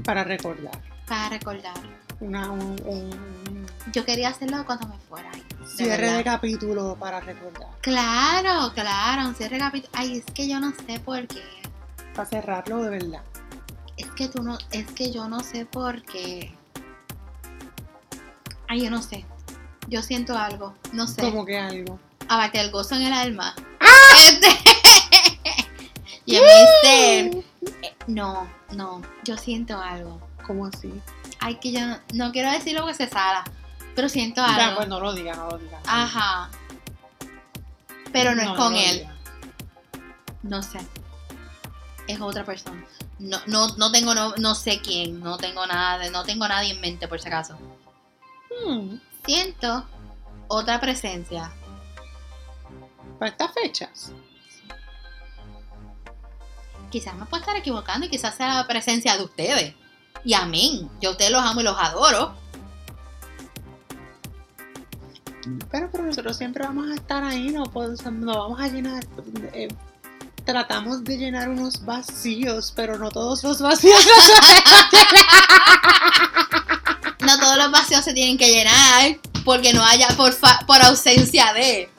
Para recordar. para recordar, Una- un, un yo quería hacerlo cuando me fuera. ay, de cierre verdad. de capítulo para recordar. Claro, claro, un cierre de capítulo. Ay, es que yo no sé por qué. Para cerrarlo de verdad. Es que tú no, es que yo no sé por qué. Ay, yo no sé. Yo siento algo, no sé. Como que algo. Aparte del gozo en el alma. ¡Ah! Este- y en mi ser, No, no, yo siento algo. ¿Cómo así? Ay, que yo no, no quiero decir lo que se sala, pero siento Ya, algo. pues no lo diga, no lo diga. Ajá. Pero no, es con lo él. diga. No sé. Es otra persona. No, no, no tengo, no, no sé quién. No tengo nada, de- no tengo nadie en mente por si acaso. Hmm, Siento otra presencia. para estas fechas. Quizás me pueda estar equivocando y quizás sea la presencia de ustedes. Y amén. Yo a ustedes los amo y los adoro. Pero, pero nosotros siempre vamos a estar ahí, no, podemos- no vamos a llenar. eh, tratamos de llenar unos vacíos, pero no todos los vacíos. No todos los vacíos se tienen que llenar porque no haya por, fa- por ausencia de.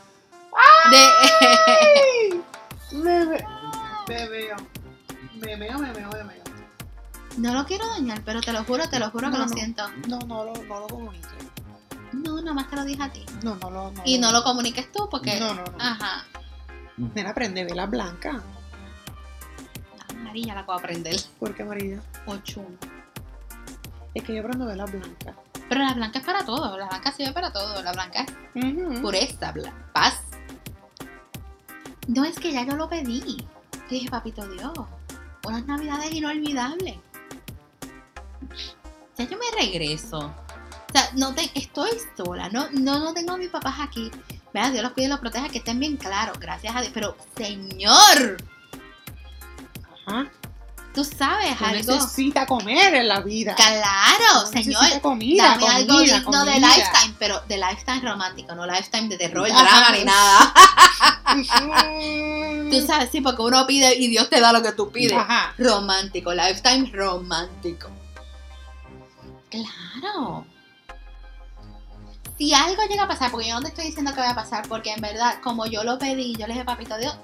de me, ve- me veo. Me veo, me veo, me veo. no lo quiero dañar, pero te lo juro, te lo juro que No, lo no. siento. No, no lo, no lo comunique. No, nomás te lo dije a ti. No, no lo. No Y no lo Ah. comuniques tú porque. No, no, no. Ajá. Nena, prende vela blanca. Ah, María la puedo aprender. Porque, María, Ocho. es que yo prendo vela blanca. Pero la blanca es para todo. La blanca sirve para todo. La blanca es Ujú. pureza, bla- paz. No es que ya yo lo pedí. Yo dije, papito Dios, unas navidades inolvidables. Ya yo me regreso. O sea, no te, estoy sola. No, no, no tengo a mis papás aquí. Vea, Dios los cuide y los proteja, que estén bien claros. Gracias a Dios. Pero, Señor, Ajá. tú sabes Tú algo. necesitas comer en la vida. Claro, Tú Señor. necesitas comida, Dame comida, algo digno comida. de lifetime, pero de lifetime romántico, no lifetime de terror, Ajá. drama ni nada. Ujú. Tú sabes, sí, porque uno pide y Dios te da lo que tú pides. Ajá. Romántico, lifetime romántico. Claro. Si algo llega a pasar, porque yo no te estoy diciendo que va a pasar, porque en verdad, como yo lo pedí, yo le dije, papito Dios,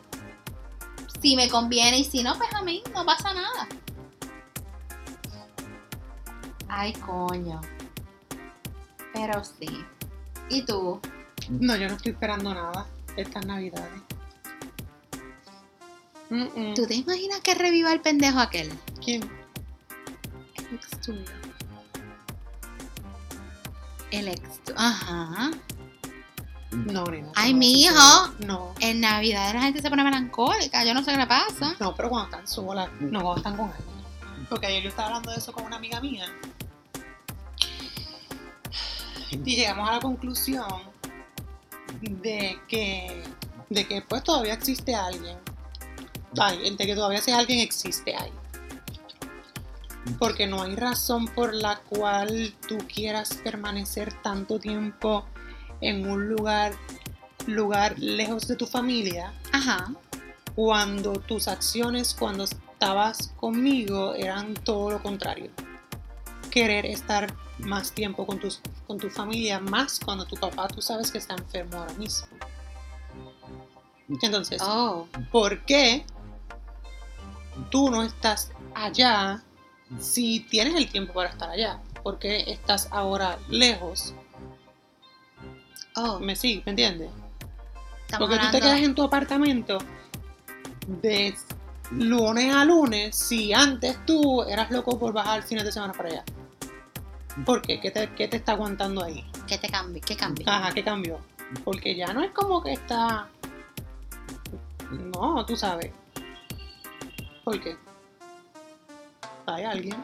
si me conviene y si no, pues a mí no pasa nada. Ay, coño. Pero sí. ¿Y tú? No, yo no estoy esperando nada estas navidades. Mm, mm. ¿Tú te imaginas que reviva el pendejo aquel? ¿Quién? El ex tuyo. El ex tu- Ajá. No, nena. Ay, no, mijo. eso sí. No. En Navidad la gente se pone melancólica, yo no sé qué le pasa. No, pero cuando están solas, no cuando están con alguien. Porque ayer yo estaba hablando de eso con una amiga mía. Y llegamos a la conclusión de que, de que pues todavía existe alguien. Ay, de que todavía si alguien existe ahí. Porque no hay razón por la cual tú quieras permanecer tanto tiempo en un lugar, lugar lejos de tu familia Ajá. cuando tus acciones cuando estabas conmigo eran todo lo contrario. Querer estar más tiempo con, tus, con tu familia, más cuando tu papá tú sabes que está enfermo ahora mismo. Entonces, Oh. ¿por qué tú no estás allá si tienes el tiempo para estar allá? ¿Por qué estás ahora lejos? Oh. ¿Me sí, ¿Me entiendes? Estamos Porque tú te hablando- quedas en tu apartamento de lunes a lunes si antes tú eras loco por bajar el fin de semana para allá. ¿Por qué? ¿Qué te, qué te está aguantando ahí? ¿Qué te cambie? ¿Qué cambie? Ajá, ¿qué cambió? Porque ya no es como que está... No, tú sabes. ¿Por qué? ¿Hay alguien?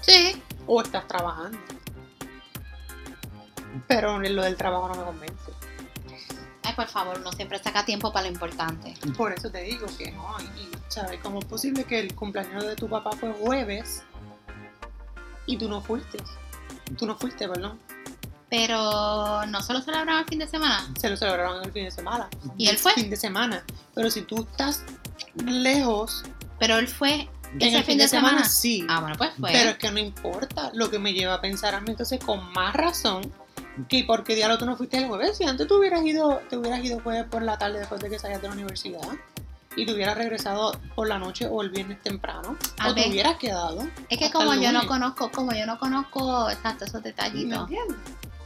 Sí. ¿O estás trabajando? Pero lo del trabajo no me convence. Ay, por favor, uno siempre saca tiempo para lo importante. Por eso te digo que no, y, y, ¿sabes? ¿Cómo es posible que el cumpleaños de tu papá fue jueves Y tú no fuiste. Tú no fuiste, perdón. Pero no solo celebramos el fin de semana. Se lo celebraron el fin de semana. Y él fue. Fin de semana. Pero si tú estás lejos, Pero él fue ese en el fin de, semana, sí. Ah, bueno, pues fue. Pero es que no importa. Lo que me lleva a pensar a mí entonces con más razón que porque diablo tú no fuiste el jueves. Si antes tú hubieras ido, te hubieras ido jueves por la tarde después de que salías de la universidad y te hubieras regresado por la noche o el viernes temprano A o te ver. hubieras quedado. es que hasta como el yo no lunes. conozco, como yo no conozco exacto esos ¿Me detallitos. entiendes?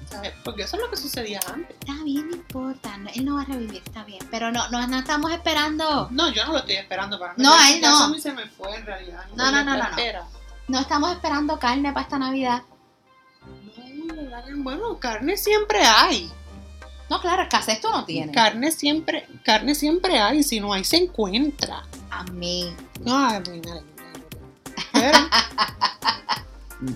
¿Sabes? Porque eso es lo que sucedía antes. Está bien, no importa. no- él no va a revivir, está bien. Pero no, no, no estamos esperando. No, yo no lo estoy esperando para No, nada. a él Ya no. eso a mí se me fue en realidad. No, no, no, no, no. Espera. No estamos esperando carne para esta Navidad. No, la- Bueno, carne siempre hay. No, claro, escasez tú no tienes. Carne siempre, carne siempre hay. Si no hay, se encuentra. Amén. No, ay, pues, muy mal, Pero,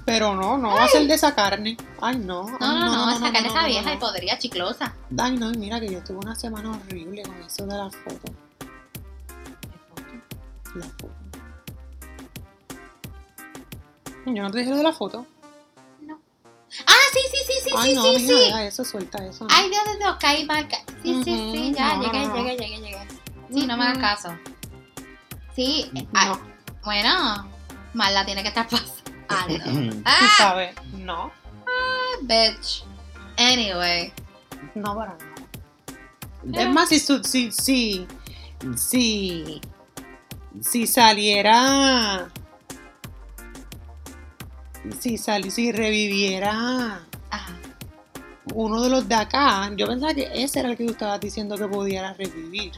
pero no, no va a ser de esa carne. Ay, no. ay, No, no, no, esa carne está no, vieja y no. podría chiclosa. Ay, no, y mira que yo tuve una semana horrible con eso de las fotos. La foto. Yo no te dije lo de la foto. Ah, sí, sí, sí, sí, Ay, sí, no, sí, mija, sí. deja eso, suelta eso. no. Ay, Dios, Dios, Dios, caí mal. ca- Sí, sí, Ujú, sí, ya, no, llegué, no, no. llegué, llegué, llegué. Sí, no me hagas Ujú. caso. Sí, eh, No. ah, bueno, mal la tiene que estar pasando. Tú Ah, sabes, no, bitch. Anyway, no para nada. Es más, si, su- si, si, si, si saliera, si, sali- si reviviera ajá. uno de los de acá, yo pensaba que ese era el que tú estabas diciendo que pudiera revivir.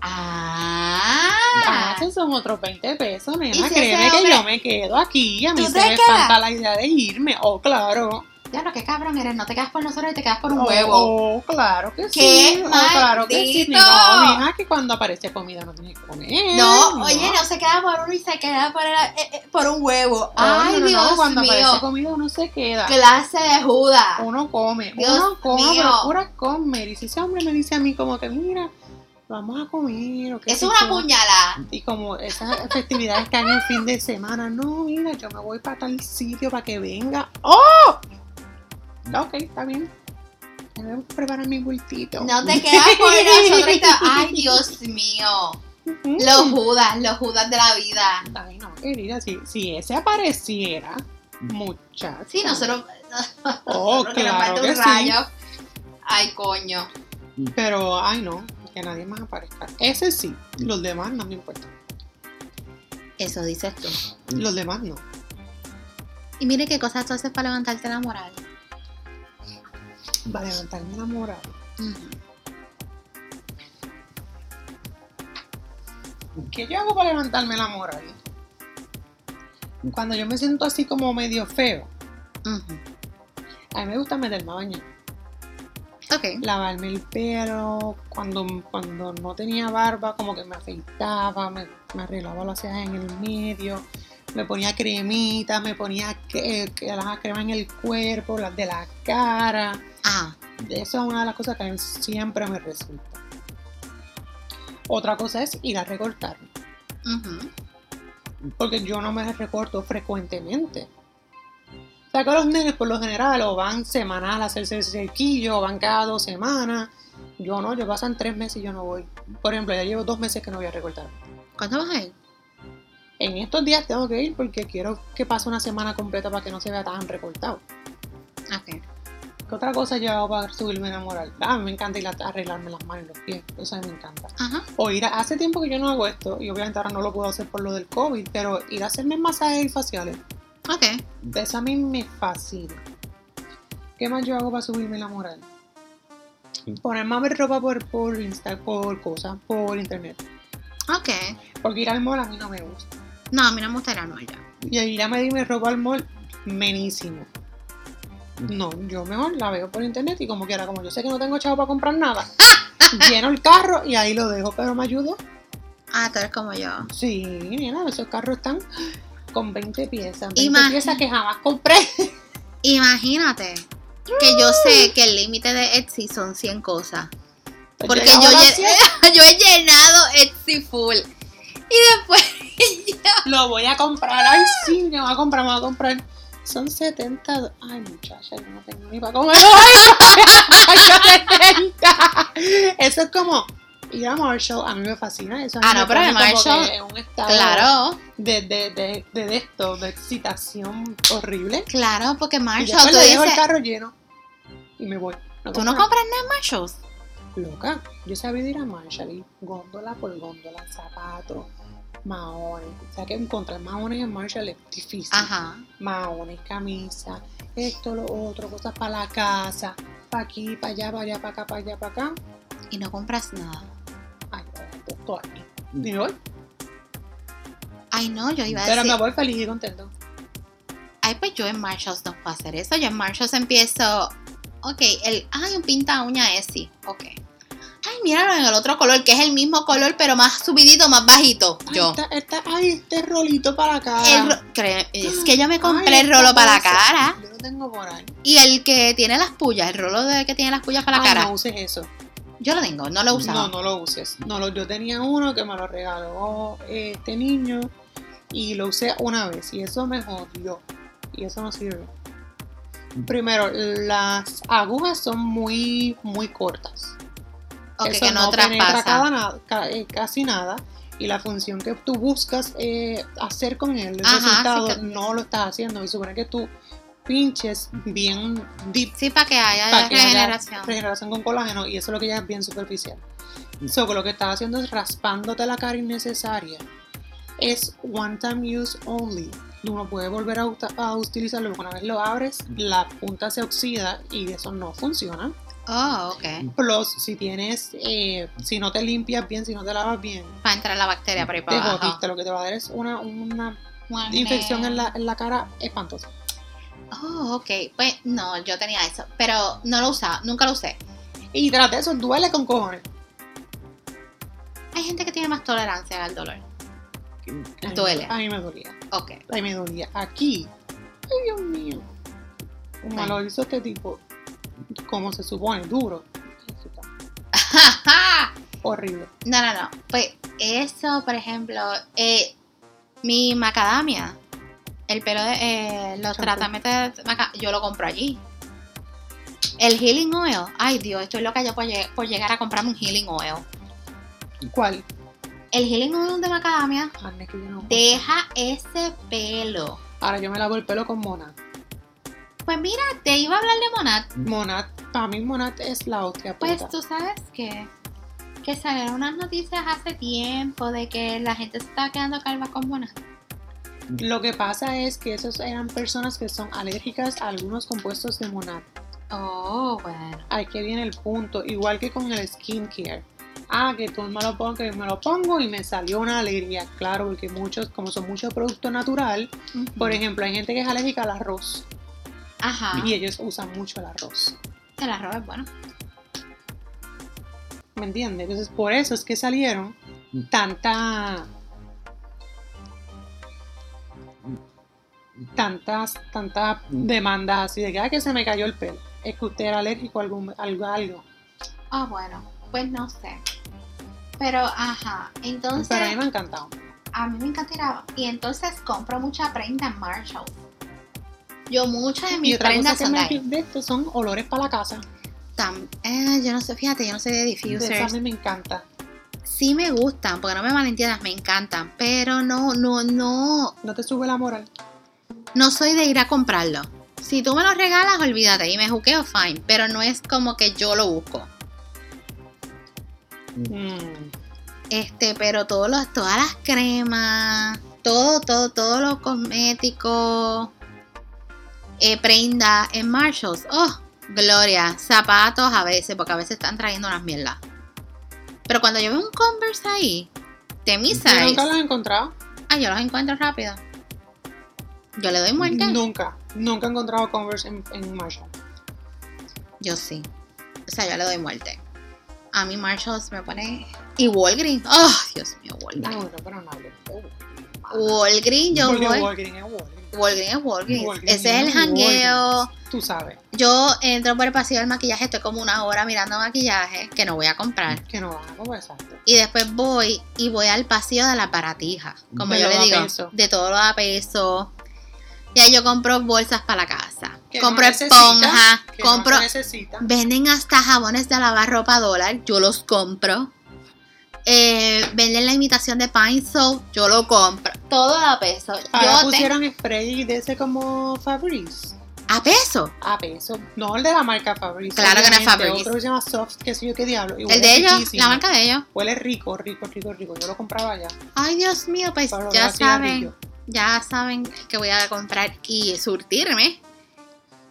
Ah, Ah, esos son otros 20 pesos, ¿Y si nena. ese Créeme que hombre- yo me quedo aquí y a mí ¿Tú se te me quedas? espanta la idea de irme. Oh, claro. ya lo que cabrón eres, no te quedas por nosotros y te quedas por un Oh, huevo. Oh, claro que sí. ¡Qué Oh, claro que sí. Ni maldito! modo, mija, que cuando aparece comida no tienes que comer. No, oye, no se queda por uno y se queda por, el- eh, eh, por un huevo. Ay, no, no, no, Dios cuando aparece mío. comida uno se queda. Clase de Judas. Uno come, Dios uno come, mío. procura comer. Y si ese hombre me dice a mí como que, mira, vamos a comer. O qué Es sé una yo. puñalada. Y como esas festividades que hay en fin de semana, no, mira, yo me voy para tal sitio para que venga. ¡Oh! Ok, está bien. Debemos preparar mi bultito. No te quedas por nosotros. y te- Ay, Dios mío. Ujú. Los Judas, los Judas de la vida. Ay, no, querida, si, si ese apareciera, muchacha. Sí, nosotros. Oh, nosotros que nos claro falta que un sí. rayo. Ay, coño. Pero, ay, no, que nadie más aparezca. Ese sí, los demás no me importan. Eso dices tú. Los demás no. Y mire qué cosas tú haces para levantarte la moral. Para levantarme la moral. ¿Qué yo hago para levantarme la moral? Cuando yo me siento así como medio feo, a mí me gusta meterme a bañar. Ok. Lavarme el pelo, cuando, cuando no tenía barba, como que me afeitaba, me, me arreglaba las cejas en el medio, me ponía cremitas, me ponía que, eh, que las cremas en el cuerpo, las de la cara. Ah. Eso es una de las cosas que a mí siempre me resulta. Otra cosa es ir a recortarme, porque yo no me recorto frecuentemente. O sea, que los nenes por lo general o van semanal a hacerse el cerquillo, o van cada dos semanas. Yo no, yo pasan tres meses y yo no voy. Por ejemplo, ya llevo dos meses que no voy a recortar. ¿Cuándo vas a ir? En estos días tengo que ir porque quiero que pase una semana completa para que no se vea tan recortado. Ok. ¿Qué otra cosa yo hago para subirme la moral? Ah, me encanta ir a arreglarme las manos y los pies. Eso a mí me encanta. Ajá. o ir a, hace tiempo que yo no hago esto y obviamente ahora no lo puedo hacer por lo del COVID, pero ir a hacerme masajes faciales, Ok. eso a mí me fascina. ¿Qué más yo hago para subirme la moral? Ponerme a ver ropa por, por Insta, por cosas, por internet. Ok. Porque ir al mall a mí no me gusta. No, a mí no me gusta ir a Nueva York. Y ir a medirme ropa al mall, menísimo. No, yo mejor la veo por internet y como quiera, como yo sé que no tengo chavo para comprar nada, lleno el carro y ahí lo dejo, pero me ayudo Ah, tú eres como yo. Sí, nena, esos carros están con 20 piezas. 20 Imagina- piezas que jamás compré. Imagínate que yo sé que el límite de Etsy son 100 cosas. Porque Llega yo, ahora lle- sí, yo he llenado Etsy full. Y después Lo voy a comprar. Ay, sí, me voy a comprar, me voy a comprar. Son 70. do- Ay, muchacha, yo no tengo ni para comer. Eso es como ir a Marshall. A mí me fascina eso. A mí Ah, no, me pero pone de como Marshall, que en un estado Claro, De, de, de, de, de esto, de excitación horrible. claro, porque Y Marshall, después tú le dejo el dices, carro lleno y me voy. tú no compro compras nada en Marshalls. Loca, yo he sabido ir a Marshall y góndola por góndola, zapatos, maones. O sea que encontrar maones en Marshall es difícil. Ajá. Maones, camisas, esto, lo otro, cosas para la casa, para aquí, para allá, para allá, para acá, para allá, para acá. Y no compras nada. Ay, todo aquí. Y me voy. Ay, no, yo iba a Pero decir. me voy feliz y contento. Ay, pues yo en Marshalls no puedo hacer eso. Yo en Marshalls empiezo. Ok, el. Ay, un pinta uña ese. Ok. Ay, míralo en el otro color, que es el mismo color, pero más subidito, más bajito. Ay, Yo. Está, está- ay, este rolito para la cara. Oh. El ro- cre- es que yo me compré Ay, el esta rolo para la cosa. cara Yo lo tengo por ahí. y el que tiene las pullas, el rolo de que tiene las pullas para la Ay, cara. No uses eso. Yo lo tengo, no lo he No, usado. no lo uses. No, lo- yo tenía uno que me lo regaló este niño y lo usé una vez y eso me jodió. Y eso no sirve. Primero, las agujas son muy, muy cortas. Ok, Eso que no, penetra traspasa. cada na- ca- eh, casi nada. Y la función que tú buscas eh, hacer con el Ajá, resultado sí que- no lo estás haciendo. Y supone que tú pinches bien deep Sí, para que haya para que haya regeneración. regeneración con colágeno y eso es lo que ya es bien superficial. So, que lo que estás haciendo es raspándote la cara innecesaria. Es one time use only. Tú no puedes volver a, uta- a utilizarlo porque una vez lo abres, la punta se oxida y eso no funciona. Oh, ok. Plus, si tienes, eh, si no te limpias bien, si no te lavas bien, Para entrar la bacteria por ahí te para abajo. jodiste. Lo que te va a dar es una, una Un acné. infección en la, en la cara espantosa. Oh, ok. Pues no, yo tenía eso. Pero no lo usaba, nunca lo usé. Y tras de eso, duele con cojones. Hay gente que tiene más tolerancia al dolor. Duele. A mí me dolía. Ok. Ay, me dolía. Aquí. Ay, Dios mío. Como Ay. lo hizo este tipo, como se supone, duro. Eso está Horrible. no, no, no. Pues eso, por ejemplo, eh, mi macadamia, el pelo de eh, los Shampoo. tratamientos de maca- yo lo compro allí. El healing oil. Ay, Dios, estoy loca yo por, lle- por llegar a comprarme un healing oil. ¿Cuál? El healing oil de macadamia Ah, es que yo no- deja ese pelo. Ahora yo me lavo el pelo con Monat. Pues mira, te iba a hablar de Monat. Monat, para mí Monat es la hostia Pues puta. tú sabes que, que salieron unas noticias hace tiempo de que la gente se estaba quedando calva con Monat. Lo que pasa es que esos eran personas que son alérgicas a algunos compuestos de Monat. Oh, bueno. Ahí que viene el punto. Igual que con el skincare. Ah, que tú me lo pongo, que me lo pongo y me salió una alergia. Claro, porque muchos, como son muchos productos natural, Por ejemplo, hay gente que es alérgica al arroz Ajá. y ellos usan mucho el arroz. El arroz es bueno. ¿Me entiendes? Entonces, por eso es que salieron tanta. tantas, tantas demandas así de que, "Ay, que se me cayó el pelo. Es que usted era alérgico a algún, algo, algo. Ah, bueno. Pues no sé. Pero, ajá. Entonces, Pero a mí me ha encantado. a mí me encanta ir a- Y entonces compro mucha prenda en Marshall. Yo muchas de Y mis otra cosa prendas que son de me ahí. de esto son olores para la casa. Tam- eh, yo no sé, fíjate, yo no soy de De eso diffusers. a mí me encanta. Sí me gustan, porque no me malentiendas, me encantan. Pero no, no, no. No te sube la moral. no soy de ir a comprarlo. Si tú me lo regalas, olvídate y me juqueo fine, pero no es como que yo lo busco. Mm. Este, pero todos los, todas las cremas, todo, todo, todo lo cosmético, eh, prenda en Marshalls. Oh, gloria. Zapatos a veces, porque a veces están trayendo unas mierdas. Pero cuando yo veo un Converse ahí, de mi ¿Tú size, nunca lo has encontrado? ah, yo los encuentro rápido. Yo le doy muerte. Nunca. Nunca he encontrado Converse en, en Marshall. Yo sí. O sea, yo le doy muerte. A mí Marshalls me pone... Y Walgreens. Oh, Dios mío, Ah, Walgreens. bueno, pero no hables. Walgreens, yo Porque voy... Walgreens es Walgreens. Walgreens es Walgreens. Walgreens, Ese es el jangueo. Tú sabes Yo entro por el pasillo del maquillaje, estoy como una hora mirando maquillaje que no voy a comprar. que no vamos, pues, exacto. Y después voy y voy al pasillo de la baratija, como De yo los le a digo, peso. de todo lo a peso. Y ahí yo compro bolsas para la casa, Que no compro necesitas, esponja, que compro... No se necesita. Venden hasta jabones de lavar ropa a dólar, yo los compro. Eh, venden la imitación de Pine Soap, yo lo compro. Todo a peso. Ahora Yo te... pusieron spray de ese como Fabrice. ¿A peso? A peso. No el de la marca Fabrice. Claro que no es obviamente, Fabrice. Otro que se llama Soft, qué sé yo qué diablo. y El huele de ellos, riquísimo. la marca de ellos. Huele rico, rico, rico, rico. Yo lo compraba ya. Ay, Dios mío, pues para ya olor a saben. cigarrillo. ya saben que voy a comprar y surtirme.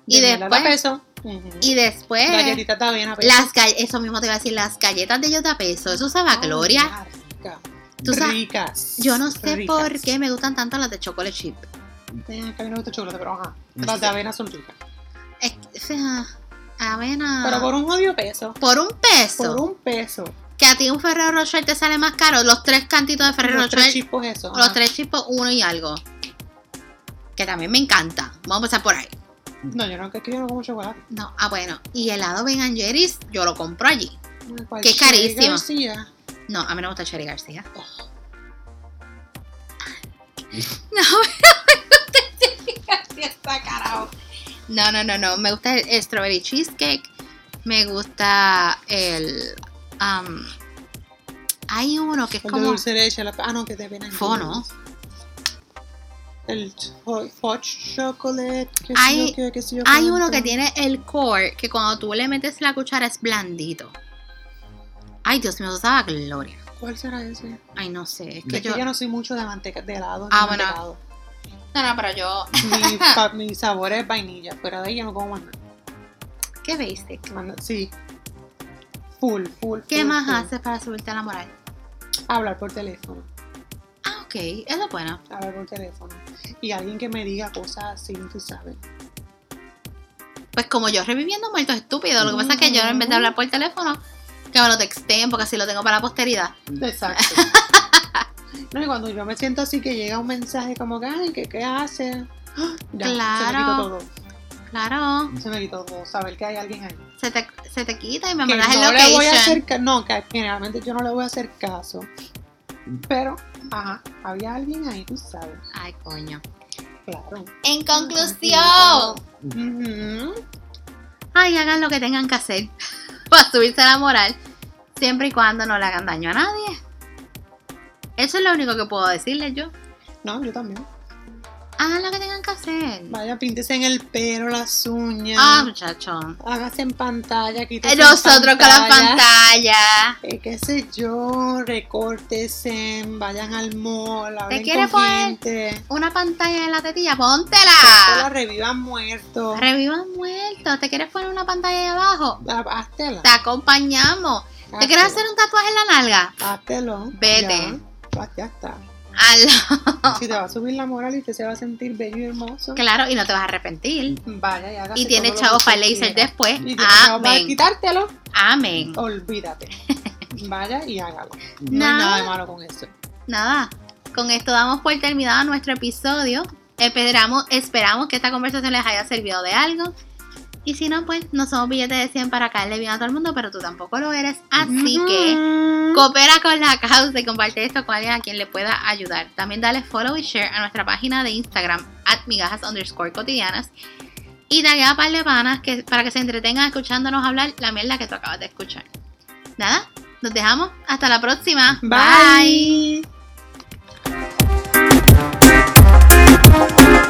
Y De mierda, después, la pues. peso. Ujú. y después Galletitas también a peso. las gall- eso mismo te iba a decir, las galletas de ellos de a peso, eso sabe a Ay, gloria. la rica. Tú sabes, ricas. Yo no sé ricas. por qué me gustan tanto las de chocolate chip. Eh, que a mí no me gusta el chocolate, pero ajá. Las de avena son ricas. Ah. Es que, o sea, avena. Pero por un odio peso. Por un peso, Por un peso. que a ti un Ferrero Rocher te sale más caro, los tres cantitos de Ferrero los tres Rocher, chispos eso. los ajá. tres chipos, uno y algo. Que también me encanta. Vamos a empezar por ahí. No, yo no, que es que yo no como chocolate. No, ah, bueno. Y helado Ben and Jerry's, yo lo compro allí. Cual Que es Sherry carísimo. García. No, a mí no me gusta Cherry García. Oh. No, me gusta Cherry García, está carajo. No, no, no, no. Me gusta el, el strawberry cheesecake. Me gusta el. am, hay uno que es El de como. dulce de leche. la- Ah, no, que te viene. Fono. El cho- fudge chocolate. qué sé Hay- yo qué, qué sé yo Hay uno cuánto. que tiene el core que cuando tú le metes la cuchara es blandito. Ay, Dios mío, eso sabe a gloria. ¿Cuál será ese? Ay, no sé. Es Que que es yo. que yo no soy mucho de manteca, de helado. Ah, ni bueno. mantecado. No, no, pero yo. Mi, fa- mi sabor es vainilla. Fuera de ahí yo no como más nada. Qué basic. Manda- Sí. Full, full. ¿Qué full, más full. haces para subirte a la moral? Hablar por teléfono. Ah, ok, eso es bueno. Hablar por teléfono. Y alguien que me diga cosas así, tú sabes. Pues como yo reviviendo muertos estúpidos, lo que pasa es que yo en vez de hablar por teléfono, que me lo texteen porque así lo tengo para la posteridad. Exacto. no, y cuando yo me siento así que llega un mensaje como que, ay, ¿qué, qué haces? ¡Ah! Ya, Se me Claro. quitó todo. Claro, Se me quitó todo. Saber que hay alguien ahí. se te, se te quita y me Que mandas el no le voy a location. hacer ca- No, que generalmente yo no le voy a hacer caso. Pero, ajá, había alguien ahí, tú sabes. Ay, coño. Claro. En conclusión, Ujú. ay, hagan lo que tengan que hacer para subirse a la moral, siempre y cuando no le hagan daño a nadie. Eso es lo único que puedo decirles yo. No, yo también. Hagan lo que tengan que hacer. Vaya, píntese en el pelo, las uñas. Ah, muchachón. Hágase en pantalla, quítese Eh, en Nosotros con las pantalla. pantallas. eh, qué sé yo, recórtese, vayan al mall, hablen quiere con poner? Ah. gente, Una pantalla en la tetilla, Hasta la póntela. revivan muerto, Revivan muerto. ¿Te quieres poner una pantalla ahí abajo? Ah, háztela. Te acompañamos. ¿Te quieres hacer un tatuaje en la nalga? Háztelo. Ya, Vete. Ah, ya está. Hazlo. Si te va a subir la moral y usted se va a sentir bello y hermoso, Claro, y no te vas a arrepentir. vaya y hágase Y tienes todo lo chavo que para el usted laser quiera. después. Y tiene chavo para Amén. quitártelo, Amén. olvídate. Vaya y hágalo. No Nada. hay nada de malo con eso. Nada. Con esto damos por terminado nuestro episodio. Esperamos, esperamos que esta conversación les haya servido de algo. Y si no, pues no somos billetes de 100 para caerle bien a todo el mundo, pero tú tampoco lo eres. Así que. Ujú. Coopera con la causa y comparte esto con alguien a quien le pueda ayudar. También dale follow y share a nuestra página de Instagram, at migajas underscore cotidianas. Y dale a par de panas que, para que se entretengan escuchándonos hablar la mierda que tú acabas de escuchar. Nada, nos dejamos. Hasta la próxima. Bye. Bye.